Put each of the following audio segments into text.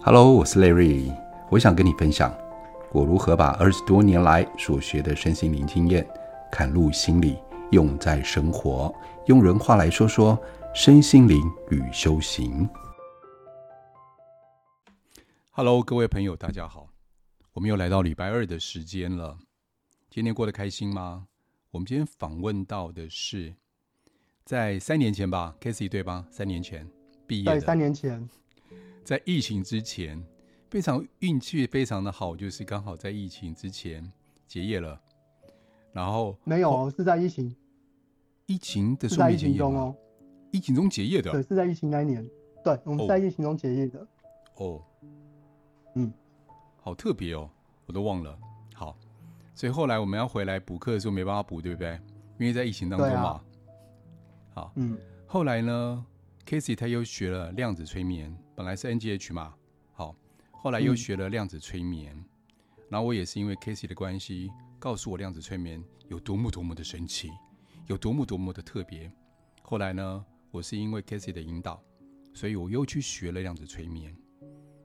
Hello，我是 Larry，我想跟你分享我如何把二十多年来所学的身心灵经验砍入心里，用在生活。用人话来说说身心灵与修行。Hello，各位朋友，大家好，我们又来到礼拜二的时间了。今天过得开心吗？我们今天访问到的是在三年前吧 k a s e y 对吧？三年前毕业的在三年前，在疫情之前，非常运气非常的好，就是刚好在疫情之前结业了。然后没有哦，是在疫情，疫情的是时候在没疫结情业中吗？哦，疫情中结业的对，是在疫情那一年，对，我们哦是在疫情中结业的，哦，嗯，好特别哦，我都忘了。好，所以后来我们要回来补课的时候没办法补，对不对？因为在疫情当中对啊嘛。好，嗯，后来呢 k a s e y 他又学了量子催眠，本来是 NGH 嘛，好，后来又嗯学了量子催眠。然后我也是因为 k a s e y 的关系，告诉我量子催眠有多么多么的神奇，有多么多么的特别。后来呢，我是因为 k a s e y 的引导，所以我又去学了量子催眠。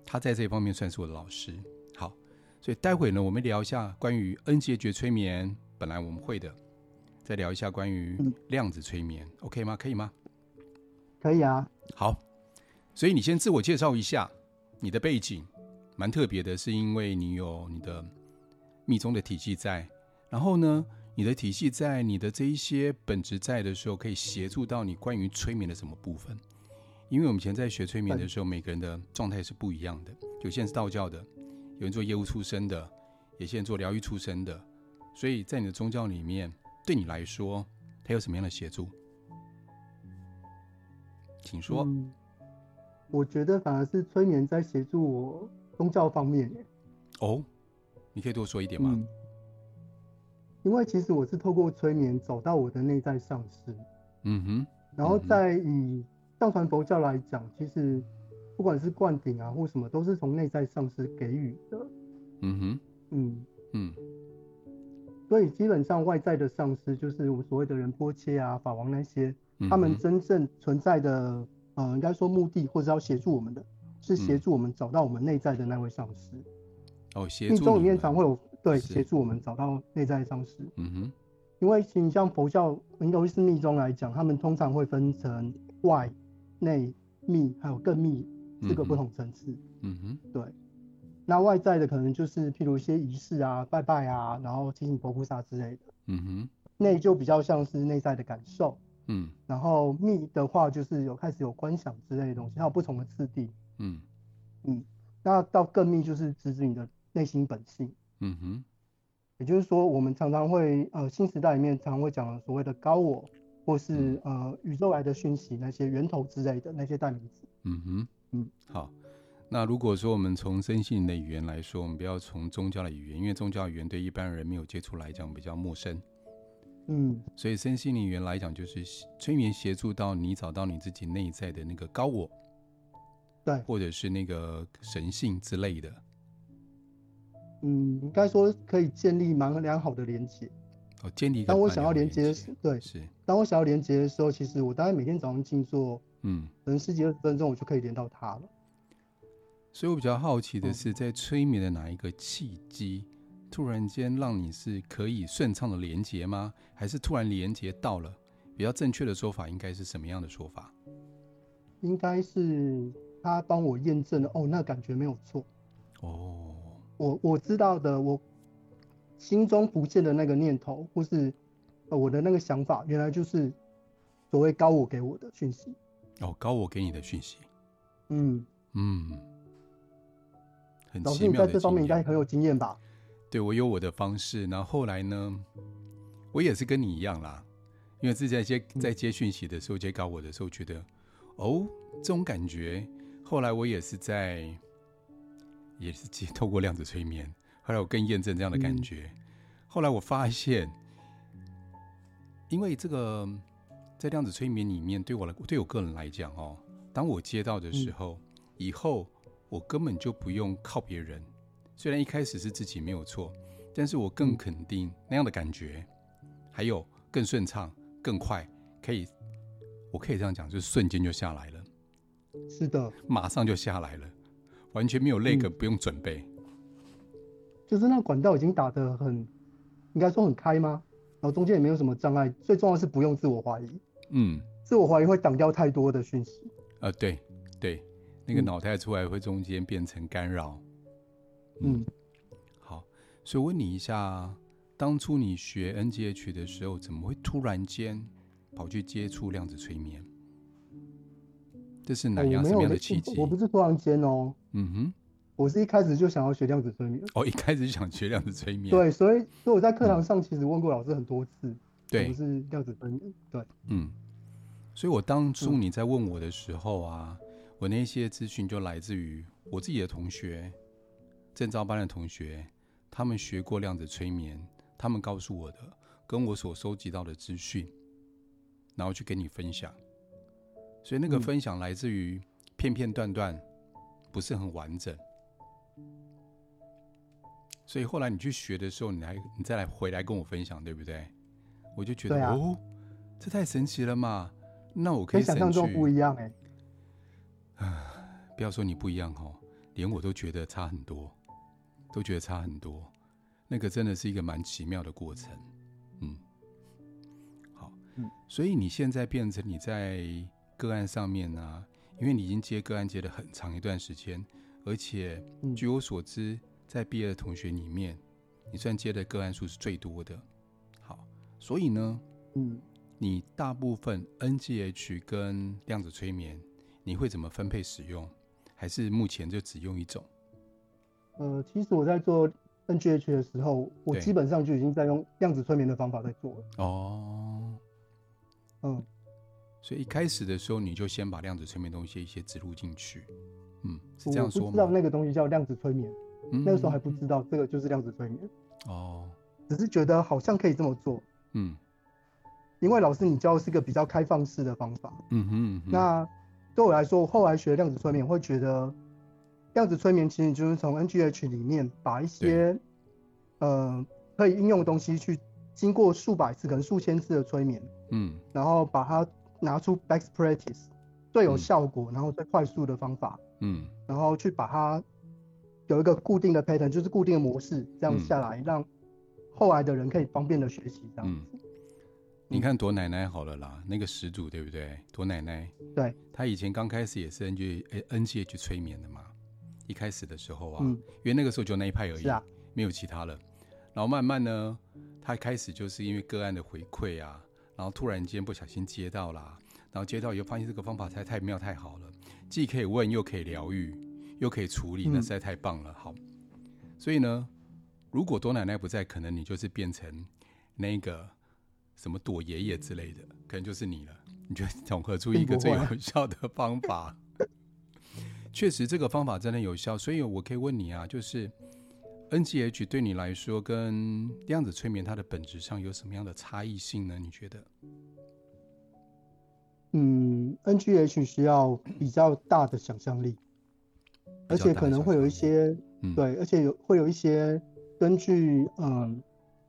他在这方面算是我的老师。好，所以待会呢，我们聊一下关于 NGH 催眠，本来我们会的，再聊一下关于嗯量子催眠、o k 吗？可以吗？可以啊，好，所以你先自我介绍一下你的背景，蛮特别的，是因为你有你的密宗的体系在，然后呢，你的体系在你的这一些本质在的时候，可以协助到你关于催眠的什么部分？因为我们以前在学催眠的时候，每个人的状态是不一样的，有些人是道教的，有人做业务出身的，有些人做疗愈出身的，所以在你的宗教里面，对你来说，它有什么样的协助？请说。嗯，我觉得反而是催眠在协助我宗教方面耶，哦，你可以多说一点吗？嗯，因为其实我是透过催眠找到我的内在上师，嗯哼，然后嗯哼再以藏传佛教来讲，其实不管是灌顶啊或什么，都是从内在上师给予的，嗯哼，嗯。嗯所以基本上外在的上师就是我们所谓的仁波切啊、法王那些，嗯，他们嗯真正存在的，呃，应该说目的或者要协助我们的，是嗯协助我们找到我们内在的那位上师。哦协密助宗里你面们常会有对是协助我们找到内在的上师，嗯哼，因为其实像佛教，尤其是密宗来讲，他们通常会分成外、内、密还有更密四个不同层次。嗯哼，那外在的可能就是譬如一些仪式啊、拜拜啊，然后提醒佛菩萨之类的。嗯哼，内就比较像是内在的感受。嗯然后密的话就是有开始有观想之类的东西，还有不同的次第。嗯那到更密就是直指你的内心本性，嗯哼，也就是说，我们常常会呃新时代里面常会讲所谓的高我，或是嗯呃宇宙来的讯息那些源头之类的那些代名词。嗯哼，嗯，好。那如果说我们从身心灵的语言来说，我们不要从宗教的语言，因为宗教语言对一般人没有接触来讲比较陌生，嗯，所以身心灵语言来讲就是催眠协助到你找到你自己内在的那个高我，对，或者是那个神性之类的。嗯，应该说可以建立蛮良好的连接。哦，建立一个当我蛮想要好的连接的连时，对，是，当我想要连接的时候，其实我大概每天早上静坐，嗯，可能十几二十分钟，我就可以连到它了。所以我比较好奇的嗯是，在催眠的哪一个契机，突然间让你是可以顺畅的连接吗？还是突然连接到了？比较正确的说法应该是什么样的说法？应该是他帮我验证了，哦，那感觉没有错。哦，我我知道的，我心中浮现的那个念头，或是呃我的那个想法，原来就是所谓高我给我的讯息。哦，高我给你的讯息，嗯，嗯，很老奇师你妙在的这方面经应该验。很有经验吧？对我有我的方式，然后后来呢，我也是跟你一样啦，因为之前接嗯在接讯息的时候，接高我的时候，觉得哦，这种感觉。后来我也是在，也是接 透过量子催眠，后来我更验证这样的感觉。后来我发现，因为这个在量子催眠里面，对我来对我个人来讲哦，当我接到的时候，以后我根本就不用靠别人。虽然一开始是自己没有错，但是我更嗯肯定那样的感觉，还有更顺畅、更快，可以，我可以这样讲，就是瞬间就下来了，是的，马上就下来了。完全没有那个嗯不用准备。就是那管道已经打得很，应该说很开吗？然后中间也没有什么障碍，最重要是不用自我怀疑，嗯，自我怀疑会挡掉太多的讯息。呃，对对，那个嗯脑袋出来会中间变成干扰。嗯，好，所以我问你一下，当初你学 NGH 的时候，怎么会突然间跑去接触量子催眠？这是哦哪我样没什么有样那的契机？我不是突然间哦，嗯哼，我是一开始就想要学量子催眠。哦，一开始就想学量子催眠，对，所以所以我在课堂上其实问过老师很多次，嗯对不是量子催眠。对，嗯，所以我当初嗯你在问我的时候啊，我那些资讯就来自于我自己的同学，正招班的同学，他们学过量子催眠，他们告诉我的，跟我所收集到的资讯，然后去跟你分享。所以那个嗯分享来自于片片段段，不是很完整。所以后来你去学的时候，你来你再来回来跟我分享，对不对？我就觉得、对啊哦，这太神奇了嘛！那我可跟以想省象中去，不一样哎、不要说你不一样哦，连我都觉得差很多，都觉得差很多。那个真的是一个蛮奇妙的过程，嗯，好，嗯所以你现在变成你在个案上面呢、因为你已经接个案接了很长一段时间，而且嗯据我所知，在毕业的同学里面，你算接的个案数是最多的。好，所以呢，嗯，你大部分 NGH 跟量子催眠，你会怎么分配使用？还是目前就只用一种？呃，其实我在做 NGH 的时候，我对基本上就已经在用量子催眠的方法在做了。哦，嗯，所以一开始的时候，你就先把量子催眠东西一些植入进去，嗯，是我这样不说知道吗？那个东西叫量子催眠，嗯那个时候还不知道这个就是量子催眠，哦，只是觉得好像可以这么做，嗯因为老师你教的是一个比较开放式的方法。嗯哼嗯哼，那对我来说，我后来学量子催眠，会觉得量子催眠其实就是从 NGH 里面把一些呃可以应用的东西去经过数百次、可能数千次的催眠，嗯然后把它拿出 best practice 最有嗯效果，然后最快速的方法，嗯然后去把它有一个固定的 pattern，就是固定的模式，这样嗯下来、让后来的人可以方便的学习，这样嗯子。，你看朵奶奶好了啦，那个始祖对不对？朵奶奶，对，她以前刚开始也是 N G N G H 催眠的嘛，一开始的时候啊，嗯因为那个时候就那一派而已，是啊，没有其他了。然后慢慢呢，他开始就是因为个案的回馈啊，然后突然间不小心接到啦，然后接到以后发现这个方法实在太妙太好了，既可以问又可以疗愈，又可以处理，那嗯实在太棒了。好，所以呢，如果朵奶奶不在，可能你就是变成那个什么朵爷爷之类的，可能就是你了。你就统合出一个 并不最会有效的方 法。确实，这个方法真的有效，所以我可以问你啊，就是 NGH 对你来说跟量子催眠它的本质上有什么样的差异性呢？你觉得？嗯，NGH 需要比较大的想象力，而且可能会有一些嗯对，而且有会有一些根据嗯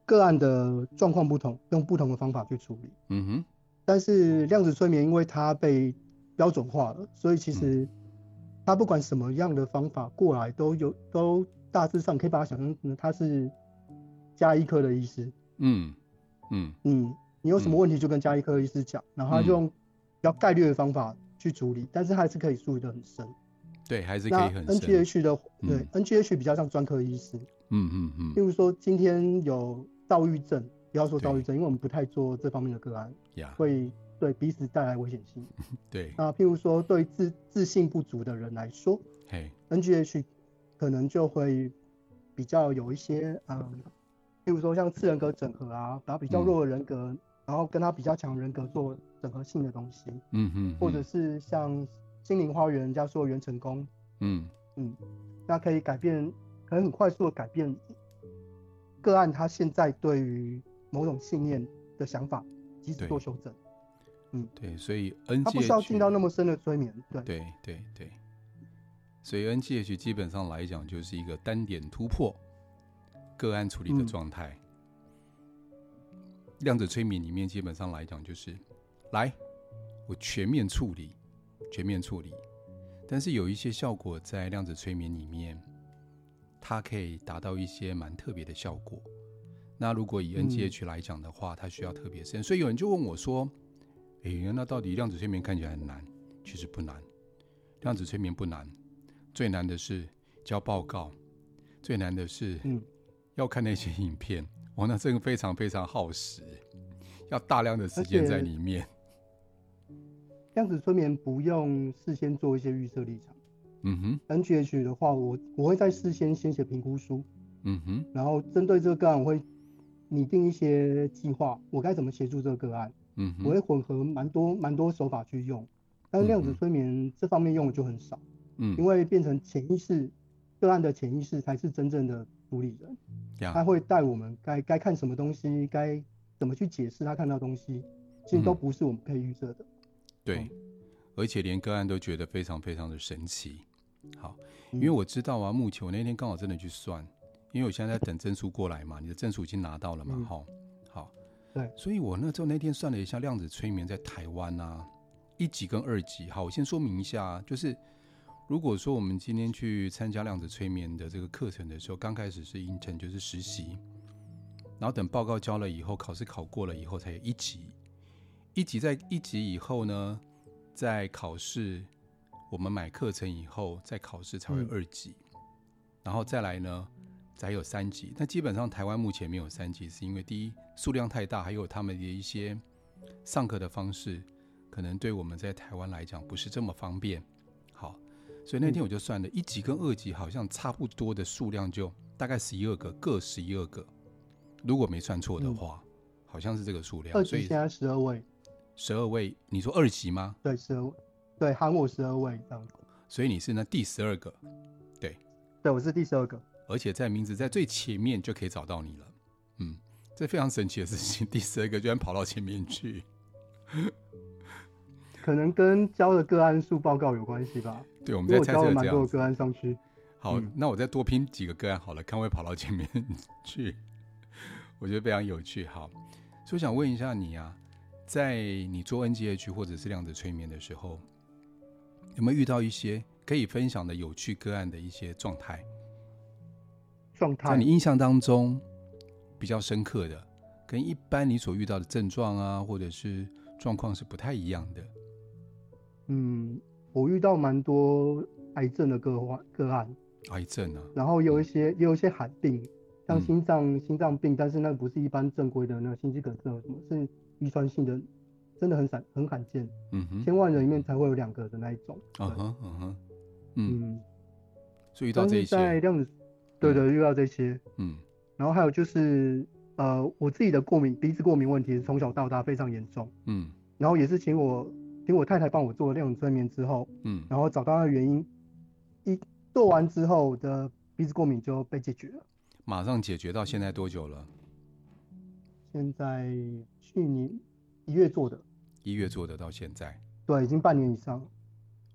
个案的状况不同，用不同的方法去处理。嗯哼，但嗯是量子催眠因为它被标准化了，所以其嗯实它不管什么样的方法过来都有都大致上可以把它想象成它是加医科的医师，嗯嗯嗯，你有什么问题就跟加医科医师讲，然后他就嗯用比较概率的方法去处理，但是还是可以处理得很深。对，还是可那以很深。 NGH 的对嗯 NGH 比较像专科医师，嗯嗯例嗯，如说今天有躁郁症，不要说躁郁症，因为我们不太做这方面的个案，呀，会对彼此带来危险性。对，那譬如说对自自信不足的人来说嘿， ，NGH 可能就会比较有一些嗯，譬如说像次人格整合啊，把比较嗯弱的人格，然后跟他比较强的人格做整合性的东西，嗯哼，或者是像心灵花园，人家说元成功，嗯那可以改变，可以很快速的改变个案他现在对于某种信念的想法，及时对做修正。对，所以 NGH 他不需要进到那么深的催眠，对，对对对，所以 NGH 基本上来讲就是一个单点突破个案处理的嗯状态。量子催眠里面基本上来讲就是，来，我全面处理，全面处理。但是有一些效果在量子催眠里面，它可以达到一些蛮特别的效果。那如果以嗯 NGH 来讲的话，它需要特别深，所以有人就问我说：“诶、那到底量子催眠看起来很难？其实不难，量子催眠不难，最难的是交报告，最难的是嗯要看那些影片。哇，那这个非常非常耗时，要大量的时间而且在里面。量子催眠不用事先做一些预设立场。嗯哼， NGH 的话，我我会在事先先写评估书，嗯哼，然后针对这个个案，我会拟定一些计划，我该怎么协助这个个案，嗯我哼，会混合蛮多蛮多手法去用。但是量嗯子嗯催眠这方面用的就很少，因嗯为变成潜意识个案的潜意识才是真正的主理人，他呀，会带我们该该看什么东西，该怎么去解释他看到的东西，其实都嗯不是我们可以预测的。哦对，而且连个案都觉得非常非常的神奇。好，嗯因为我知道啊，木球那天刚好真的去算，因为我现在在等证书过来嘛，你的证书已经拿到了嘛，嗯哈、好，对所以我那时候那天算了一下量子催眠在台湾啊，一级跟二级。好，我先说明一下啊，就是如果说我们今天去参加量子催眠的这个课程的时候，刚开始是 intern 就是实习，然后等报告交了以后，考试考过了以后才有一级，一级在一级以后呢，在考试我们买课程以后，在考试才会嗯二级，然后再来呢才有三级。但基本上台湾目前没有三级，是因为第一数量太大，还有他们的一些上课的方式，可能对我们在台湾来讲不是这么方便。好，所以嗯那天我就算了，一级跟二级好像差不多的数量就大概十一二个，各十一二个，如果没算错的嗯话，好像是这个数量。二所级以现在十二位，十二位，你说二级吗？对十二位，对喊我十二位这样子，所以你是那第十二个，对我是第十二个。而且在名字在最前面就可以找到你了。嗯，这非常神奇的事情， 第十二个居然跑到前面去。可能跟交的个案数报告有关系吧。对，我们因为在我猜交了测蛮这多样的子。个案上去，好，嗯那我再多拼几个个案好了，看会跑到前面 去。我觉得非常有趣。好，所以我想问一下你啊，在你做 NGH 或者是量子催眠的时候，有没有遇到一些可以分享的有趣个案的一些状态？状在态你印象当中比较深刻的，跟一般你所遇到的症状啊，或者是状况是不太一样的。嗯，我遇到蛮多癌症的个案个案，癌症啊，然后也有一些也有一些罕病，像嗯心脏、心脏病，但是那不是一般正规的那心肌梗塞什么，是遗传性的，真的很罕很罕见，嗯哼，千万人里面才会有两个的那一种。嗯对哼，嗯哼，嗯，嗯，所以遇到但这是一在些，量子，对对，遇到这些，嗯然后还有就是呃，我自己的过敏鼻子过敏问题从小到大非常严重。嗯然后也是请我请我太太帮我做了量子催眠之后，嗯，然后找到那个原因，一做完之后我的鼻子过敏就被解决了。马上解决到现在多久了？现在去年一月做的，一月做的到现在，对，已经半年以上了，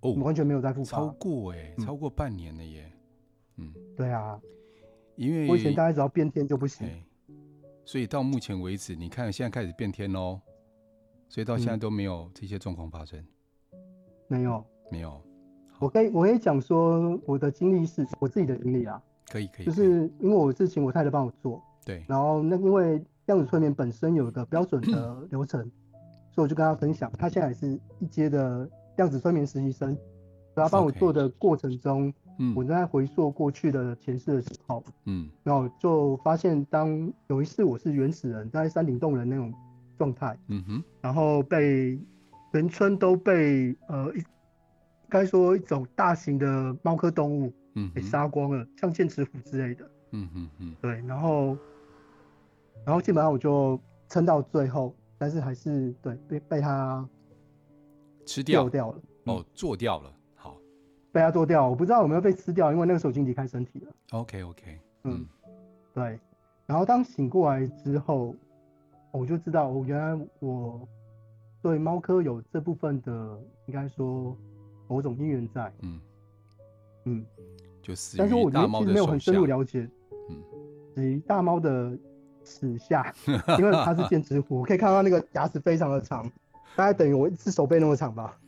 哦，完全没有再复超发。过哎，嗯超过半年了耶，嗯，对啊，因为我以前大概只要变天就不行。哎，所以到目前为止，你看现在开始变天喽，所以到现在嗯都没有这些状况发生，没有，没有，我可以我可以讲说我的经历是我自己的经历啊，可以可以，就可以是因为我是请我太太帮我做，对，然后那因为量子催眠本身有一个标准 的流程，所以我就跟他分享，他现在也是一阶的量子催眠实习生，然后帮我 OK 做的过程中我嗯在回溯过去的前世的时候，嗯然后就发现当有一次我是原始人，大概山顶洞人那种状态，嗯哼，然后被全村都被呃一该说一种大型的猫科动物嗯给哼，杀光了，像剑齿虎之类的。嗯哼嗯对，然后，然后基本上我就撑到最后，但是还是对被被他哼，吃掉掉掉了，哦，做掉了，好被他做掉了。我不知道有没有被吃掉，因为那个时候已经离开身体了。 ，OK OK，嗯嗯，对。然后当醒过来之后，我就知道，我原来我对猫科有这部分的，应该说某种因缘在。嗯嗯，就死但是我于觉大得猫其实的没有很手深入下，了解，嗯，死于大猫的 齿下，因为它是剑齿虎，我可以看到那个牙齿非常的长，大概等于我一只手背那么长吧。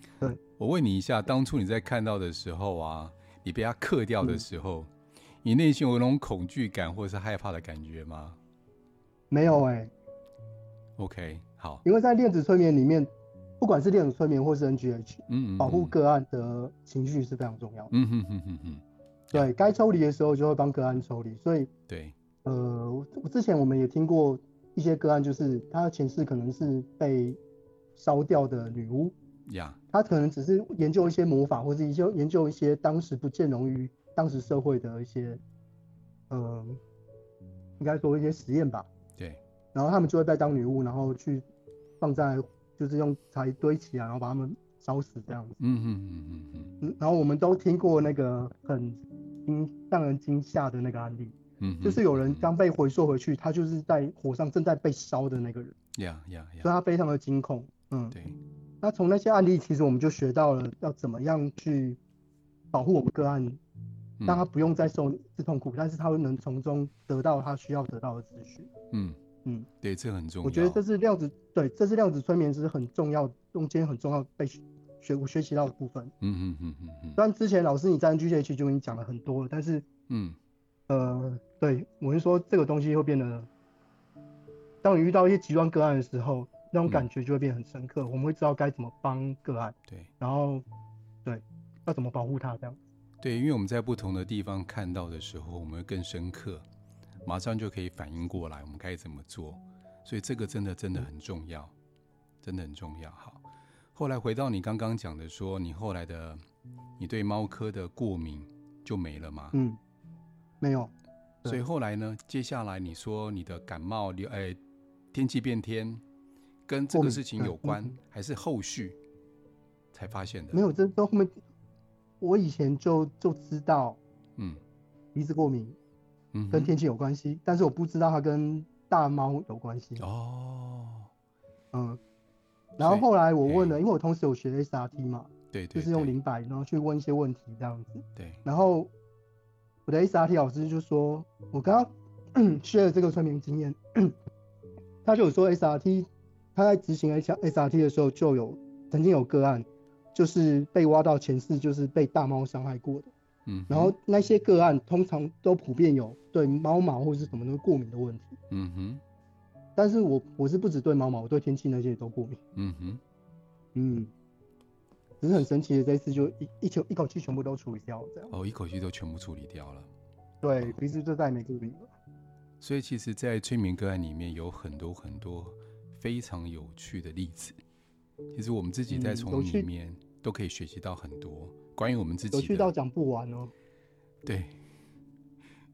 我问你一下，当初你在看到的时候啊，你被他克掉嗯的时候，你内心有那种恐惧感或者是害怕的感觉吗没有哎、 ？OK，好，因为在量子催眠里面，不管是量子催眠或是 NGH，嗯，嗯保护嗯个案的情绪是非常重要的。嗯哼哼哼哼，对该抽离的时候就会帮个案抽离，所以对，呃，我我之前我们也听过一些个案，就是他前世可能是被烧掉的女巫，呀，他可能只是研究一些魔法，或是研究研究一些当时不见容于当时社会的一些，嗯、应该说一些实验吧。对，然后他们就会被当女巫，然后去放在就是用柴堆起来，然后把他们烧死这样子。嗯哼哼哼哼，嗯，然后我们都听过那个很惊让人惊吓的那个案例，嗯哼，就是有人当刚被回溯回去，他就是在火上正在被烧的那个人，呀呀所以呀，他非常的惊恐。嗯，对，那从那些案例，其实我们就学到了要怎么样去保护我们个案，嗯让他不用再受这痛苦，但是他能从中得到他需要得到的资讯。嗯嗯，对，这很重要，我觉得这是量子对，这是量子催眠是很重要，中间很重要被学学我学习到的部分。嗯哼哼哼虽哼，然之前老师你在 NGH 就已经讲了很多了，但是嗯，呃，对我是说这个东西会变得，当你遇到一些极端个案的时候，那种感觉就会变得很深刻，我们会知道该怎么帮个案，对。然后对要怎么保护他这样。对，因为我们在不同的地方看到的时候，我们会更深刻，马上就可以反应过来我们该怎么做。所以这个真的真的很重要，真的很重要。好，后来回到你刚刚讲的说，你后来的你对猫科的过敏就没了嘛？嗯，没有，所以后来呢，接下来你说你的感冒流，哎，天气变天，跟这个过敏事情对有嗯关嗯，还是后续才发现的？没有，这到后面我以前就就知道嗯鼻子过敏嗯哼，跟天气有关系，但是我不知道它跟大猫有关系。哦，嗯，然后所以后来我问了，因为我同时有学 SRT 嘛，对就对，是用对零百，然后去问一些问题这样子。对，然后我的 SRT 老师就说，我刚刚 share 这个催眠经验，他就有说 SRT 他在执行 S SRT 的时候就有曾经有个案，就是被挖到前世就是被大猫伤害过的，嗯哼，然后那些个案通常都普遍有对猫毛或是什么东西过敏的问题，嗯哼。但是我我是不只对猫毛，我对天气那些也都过敏，嗯哼，嗯。只是很神奇的，这一次就一一球一口气全部都处理掉，这样哦，一口气都全部处理掉了。对鼻子就再也没顾虑了。所以其实，在催眠个案里面有很多很多非常有趣的例子。其实我们自己在嗯从有里趣面都可以学习到很多关于我们自有己趣到的。讲不完哦。对，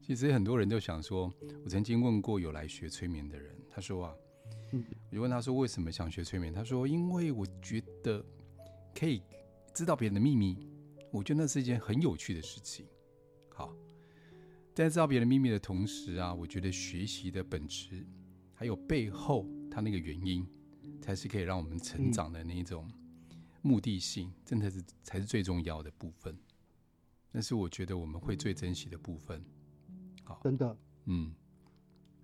其实很多人就想说，我曾经问过有来学催眠的人，他说啊，嗯我就问他说为什么想学催眠，他说因为我觉得可以知道别人的秘密，我觉得那是一件很有趣的事情。好，在知道别人秘密的同时啊，我觉得学习的本质还有背后它那个原因，才是可以让我们成嗯长的那一种目的性，真的是才是最重要的部分。那是我觉得我们会最珍惜的部分。好，真的。嗯，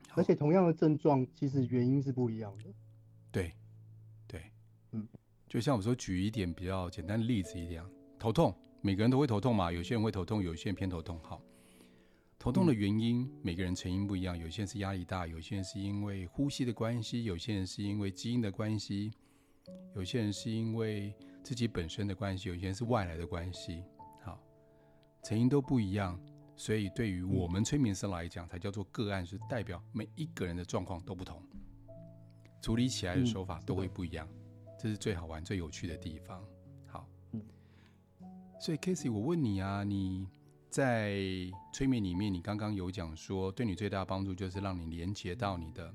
好而且同样的症状，其实原因是不一样的。对，对，嗯，就像我说，举一点比较简单的例子一样，头痛，每个人都会头痛嘛，有些人会头痛，有些人偏头痛。好，头痛的原因，每个人成因不一样，有些人是压力大，有些人是因为呼吸的关系，有些人是因为基因的关系，有些人是因为自己本身的关系，有些人是外来的关系。好，成因都不一样。所以，对于我们催眠师来讲，才叫做个案，是代表每一个人的状况都不同。处理起来的嗯手法都是的会不一样，这是最好玩、最有趣的地方。好嗯，所以 Casey，我问你啊，你在催眠里面，你刚刚有讲说，对你最大的帮助就是让你连接到你的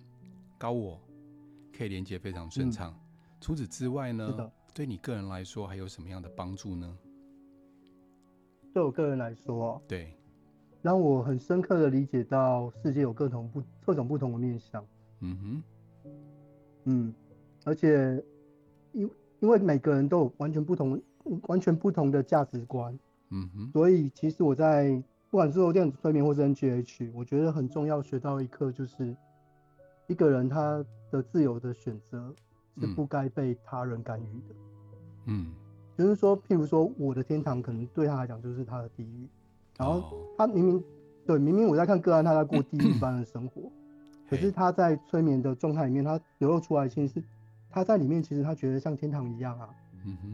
高我，可以连接非常顺嗯畅。除此之外是的呢，对你个人来说还有什么样的帮助呢？对我个人来说，对，让我很深刻的理解到世界有各种不各种不同的面相。嗯哼，嗯，而且因因为每个人都有完全不同完全不同的价值观，嗯哼，所以其实我在不管是做电子催眠或是 NGH，我觉得很重要学到一课就是，一个人他的自由的选择是嗯不该被他人干预的。嗯，就是说，譬如说我的天堂可能对他来讲就是他的地狱，然后哦他明明对明明我在看个案，他在过地狱般的生活，可是嘿他在催眠的状态里面，他流露出来其实是他在里面其实他觉得像天堂一样啊，嗯哼，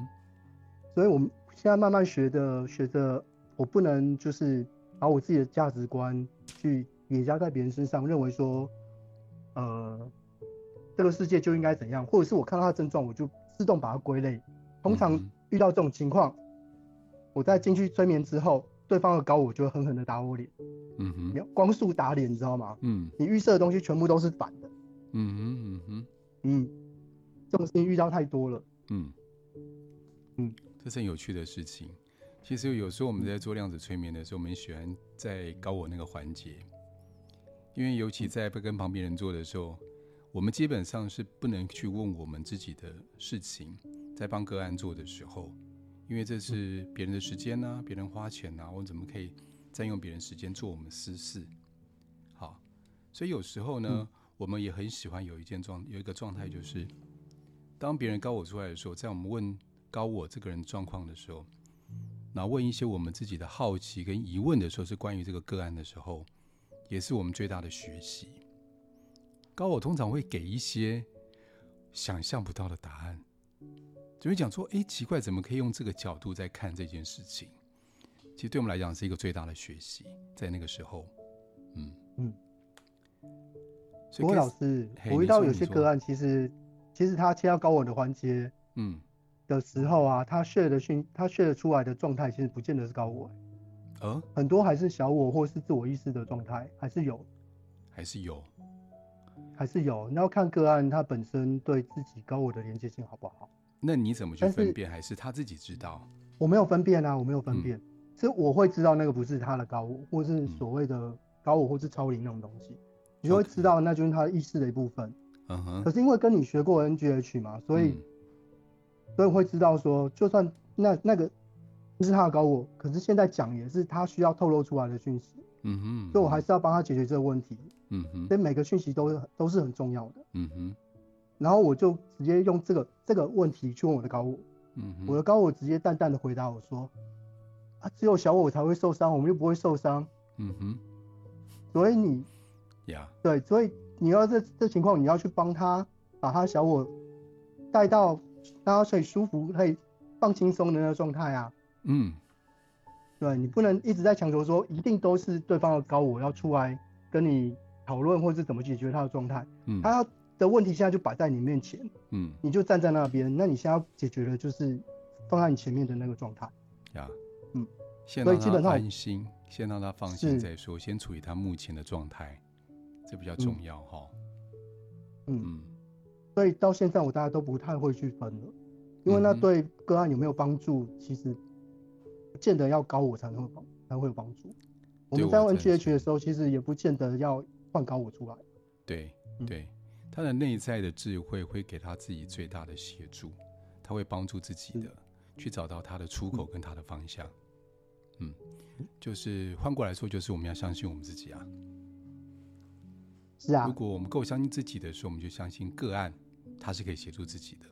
所以我们现在慢慢学的学着，我不能就是把我自己的价值观去叠加在别人身上，认为说，呃，这个世界就应该怎样，或者是我看到他的症状，我就自动把它归类。通常嗯遇到这种情况，我在进去催眠之后，对方的搞我就会狠狠的打我脸，嗯你哼，要光速打脸，你知道吗？嗯你预设的东西全部都是反的，嗯哼嗯哼嗯，这种事情遇到太多了，嗯嗯，这是很有趣的事情。其实有时候我们在做量子催眠的时候，我们喜欢在高我那个环节，因为尤其在跟旁边人做的时候，我们基本上是不能去问我们自己的事情，在帮个案做的时候，因为这是别人的时间呐、别人花钱呐、啊我们怎么可以占用别人时间做我们私事？好，所以有时候呢，我们也很喜欢有一件状有一个状态，就是当别人高我出来的时候，在我们问高我这个人状况的时候，然后问一些我们自己的好奇跟疑问的时候，是关于这个个案的时候，也是我们最大的学习。高我通常会给一些想象不到的答案，就会讲说：“诶，奇怪，怎么可以用这个角度在看这件事情？”其实对我们来讲是一个最大的学习，在那个时候，嗯嗯。所不以过 Keith- 老师，嘿我你遇到说有你些说个案，其实其实他切到高我的环节嗯，的时候啊，他 share 的讯，他 share 出来的状态，其实不见得是高我，欸呃，很多还是小我或是自我意识的状态，还是有，还是有，还是有。你要看个案他本身对自己高我的连接性好不好。那你怎么去但是分辨？还是他自己知道？我没有分辨啊，我没有嗯分辨，是我会知道那个不是他的高我，或是所谓的高我或是超灵那种东西，你就会 OK 知道那就是他意识的一部分。嗯哼，可是因为跟你学过 NGH 嘛，所以、嗯所以会知道说，就算那那个不是他的高我，可是现在讲也是他需要透露出来的讯息，嗯哼，所以我还是要帮他解决这个问题。嗯哼所以每个讯息都是都是很重要的。嗯哼然后我就直接用这个这个问题去问我的高我，嗯哼，我的高我直接淡淡的回答我说：“啊，只有小我才会受伤，我们又不会受伤。嗯哼所以你呀，对，所以你要这这情况，你要去帮他把他小我带到大家可以舒服、可以放轻松的那个状态啊。”嗯对你不能一直在强求说一定都是对方的高我要出来跟你讨论，或是怎么解决他的状态。嗯他要的问题现在就摆在你面前，嗯你就站在那边，那你现在要解决的就是放在你前面的那个状态。呀，嗯，先所以让基本他上安心，先让他放心是再说，先处理他目前的状态，这比较重要哈。嗯，嗯所以到现在我大家都不太会去分了，因为那嗯哼对个案有没有帮助，其实不见得要高我才能会帮才会有帮助。我对们我在问赞成 GH 的时候，其实也不见得要换高我出来。对嗯对，他的内在的智慧会给他自己最大的协助，他会帮助自己嗯的去找到他的出口跟他的方向。嗯，就是换过来说，就是我们要相信我们自己啊。是啊如，果我们够相信自己的时候，我们就相信个案他是可以协助自己的，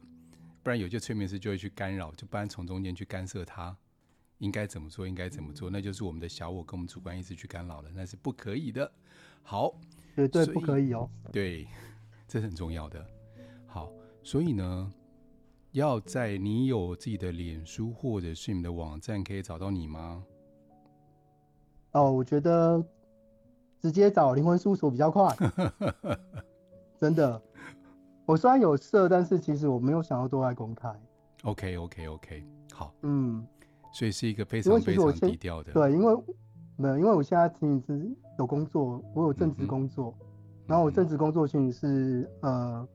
不然有些催眠师就会去干扰，就不然从中间去干涉他应该怎么做，应该怎么做，嗯那就是我们的小我跟我们主观意识去干扰了，那是不可以的。好，绝对所不以可以哦、对，这是很重要的。好，所以呢，要在你有自己的脸书或者是你们的网站可以找到你吗？哦，我觉得直接找灵魂事务所比 较快，真的。我虽然有设，但是其实我没有想要对外公开。 OK OK OK，好，嗯，所以是一个非因常为其非实我常先低调的，对，因为没有，因为我现在其实有工作，我有正嗯职哼嗯工作，然后我正职工作其实是呃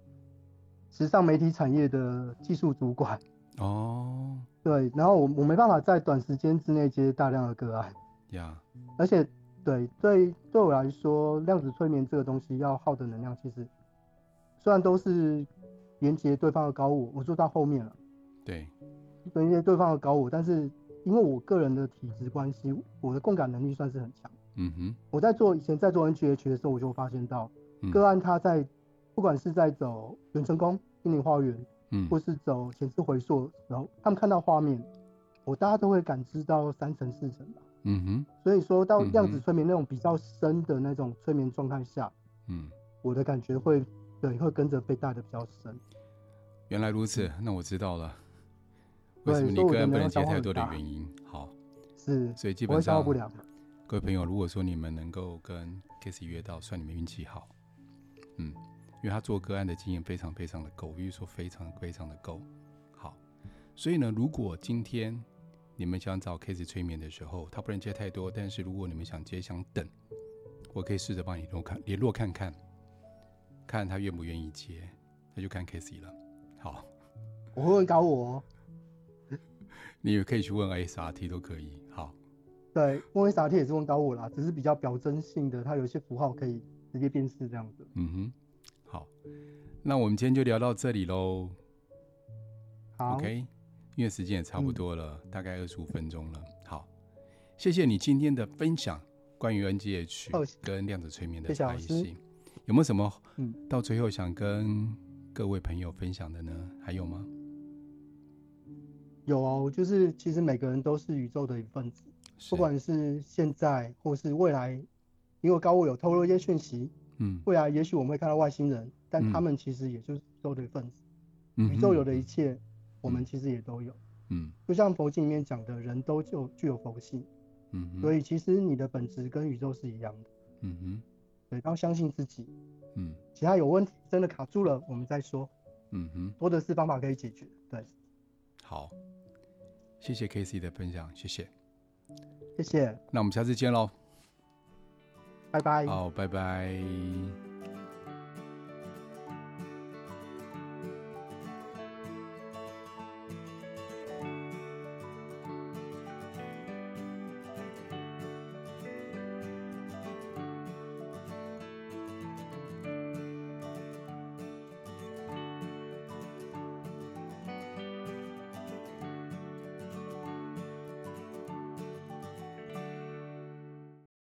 时尚媒体产业的技术主管。哦对，然后我我没办法在短时间之内接大量的个案，呀，而且对对对我来说，量子催眠这个东西要耗的能量，其实虽然都是连接对方的高我，我做到后面了，对，连接对方的高我，但是因为我个人的体质关系，我的共感能力算是很强。嗯哼。我在做以前在做 NGH 的时候，我就发现到嗯个案他在不管是在走远成功、心灵花园，嗯或是走显示回溯的时候，他们看到画面，我大家都会感知到三成四成吧。嗯哼，所以说到嗯哼量子催眠那种比较深的那种催眠状态下，嗯，我的感觉会对会跟着被带的比较深。原来如此，那我知道了。为嗯对什么你所以我个的案不能能量接消耗太很多的大原因？好，是，所以基我本会消上化不良。各位朋友，如果说你们能够跟 Casey 约到，算你们运气好。嗯，因为他做个案的经验非常非常的够，我必须说非常非常的够。好，所以呢，如果今天你们想找 Casey 催眠的时候，他不能接太多，但是如果你们想接想等，我可以试着帮你联络看联络看看，看他愿不愿意接，那就看 Casey 了。好，我会问搞我哦，你也可以去问 SRT 都可以。好，对，问为啥 T 也是问搞我啦，只是比较表征性的，它有一些符号可以直接辨识这样子。嗯哼，好，那我们今天就聊到这里喽。好嗯 OK，因为时间也差不多了，大概二十五分钟了。好，谢谢你今天的分享，关于 NGH 哦跟量子催眠的谢谢差老异师性，有没有什么嗯到最后想跟各位朋友分享的呢？还有吗？有哦，就是其实每个人都是宇宙的一份子，是不管是现在或是未来，因为高我有透露一些讯息，嗯未来也许我们会看到外星人，但嗯他们其实也就是宇宙的一份子，嗯宇宙哼有的一切，我们其实也都有。嗯就像佛经里面讲的，人都就具有佛性，嗯哼所以其实你的本质跟宇宙是一样的。嗯哼对，然后相信自己，嗯其他有问题真的卡住了，我们再说，嗯哼，多的是方法可以解决。对，好，谢谢 K C 的分享，谢谢，谢谢，那我们下次见喽。拜拜。好，拜拜。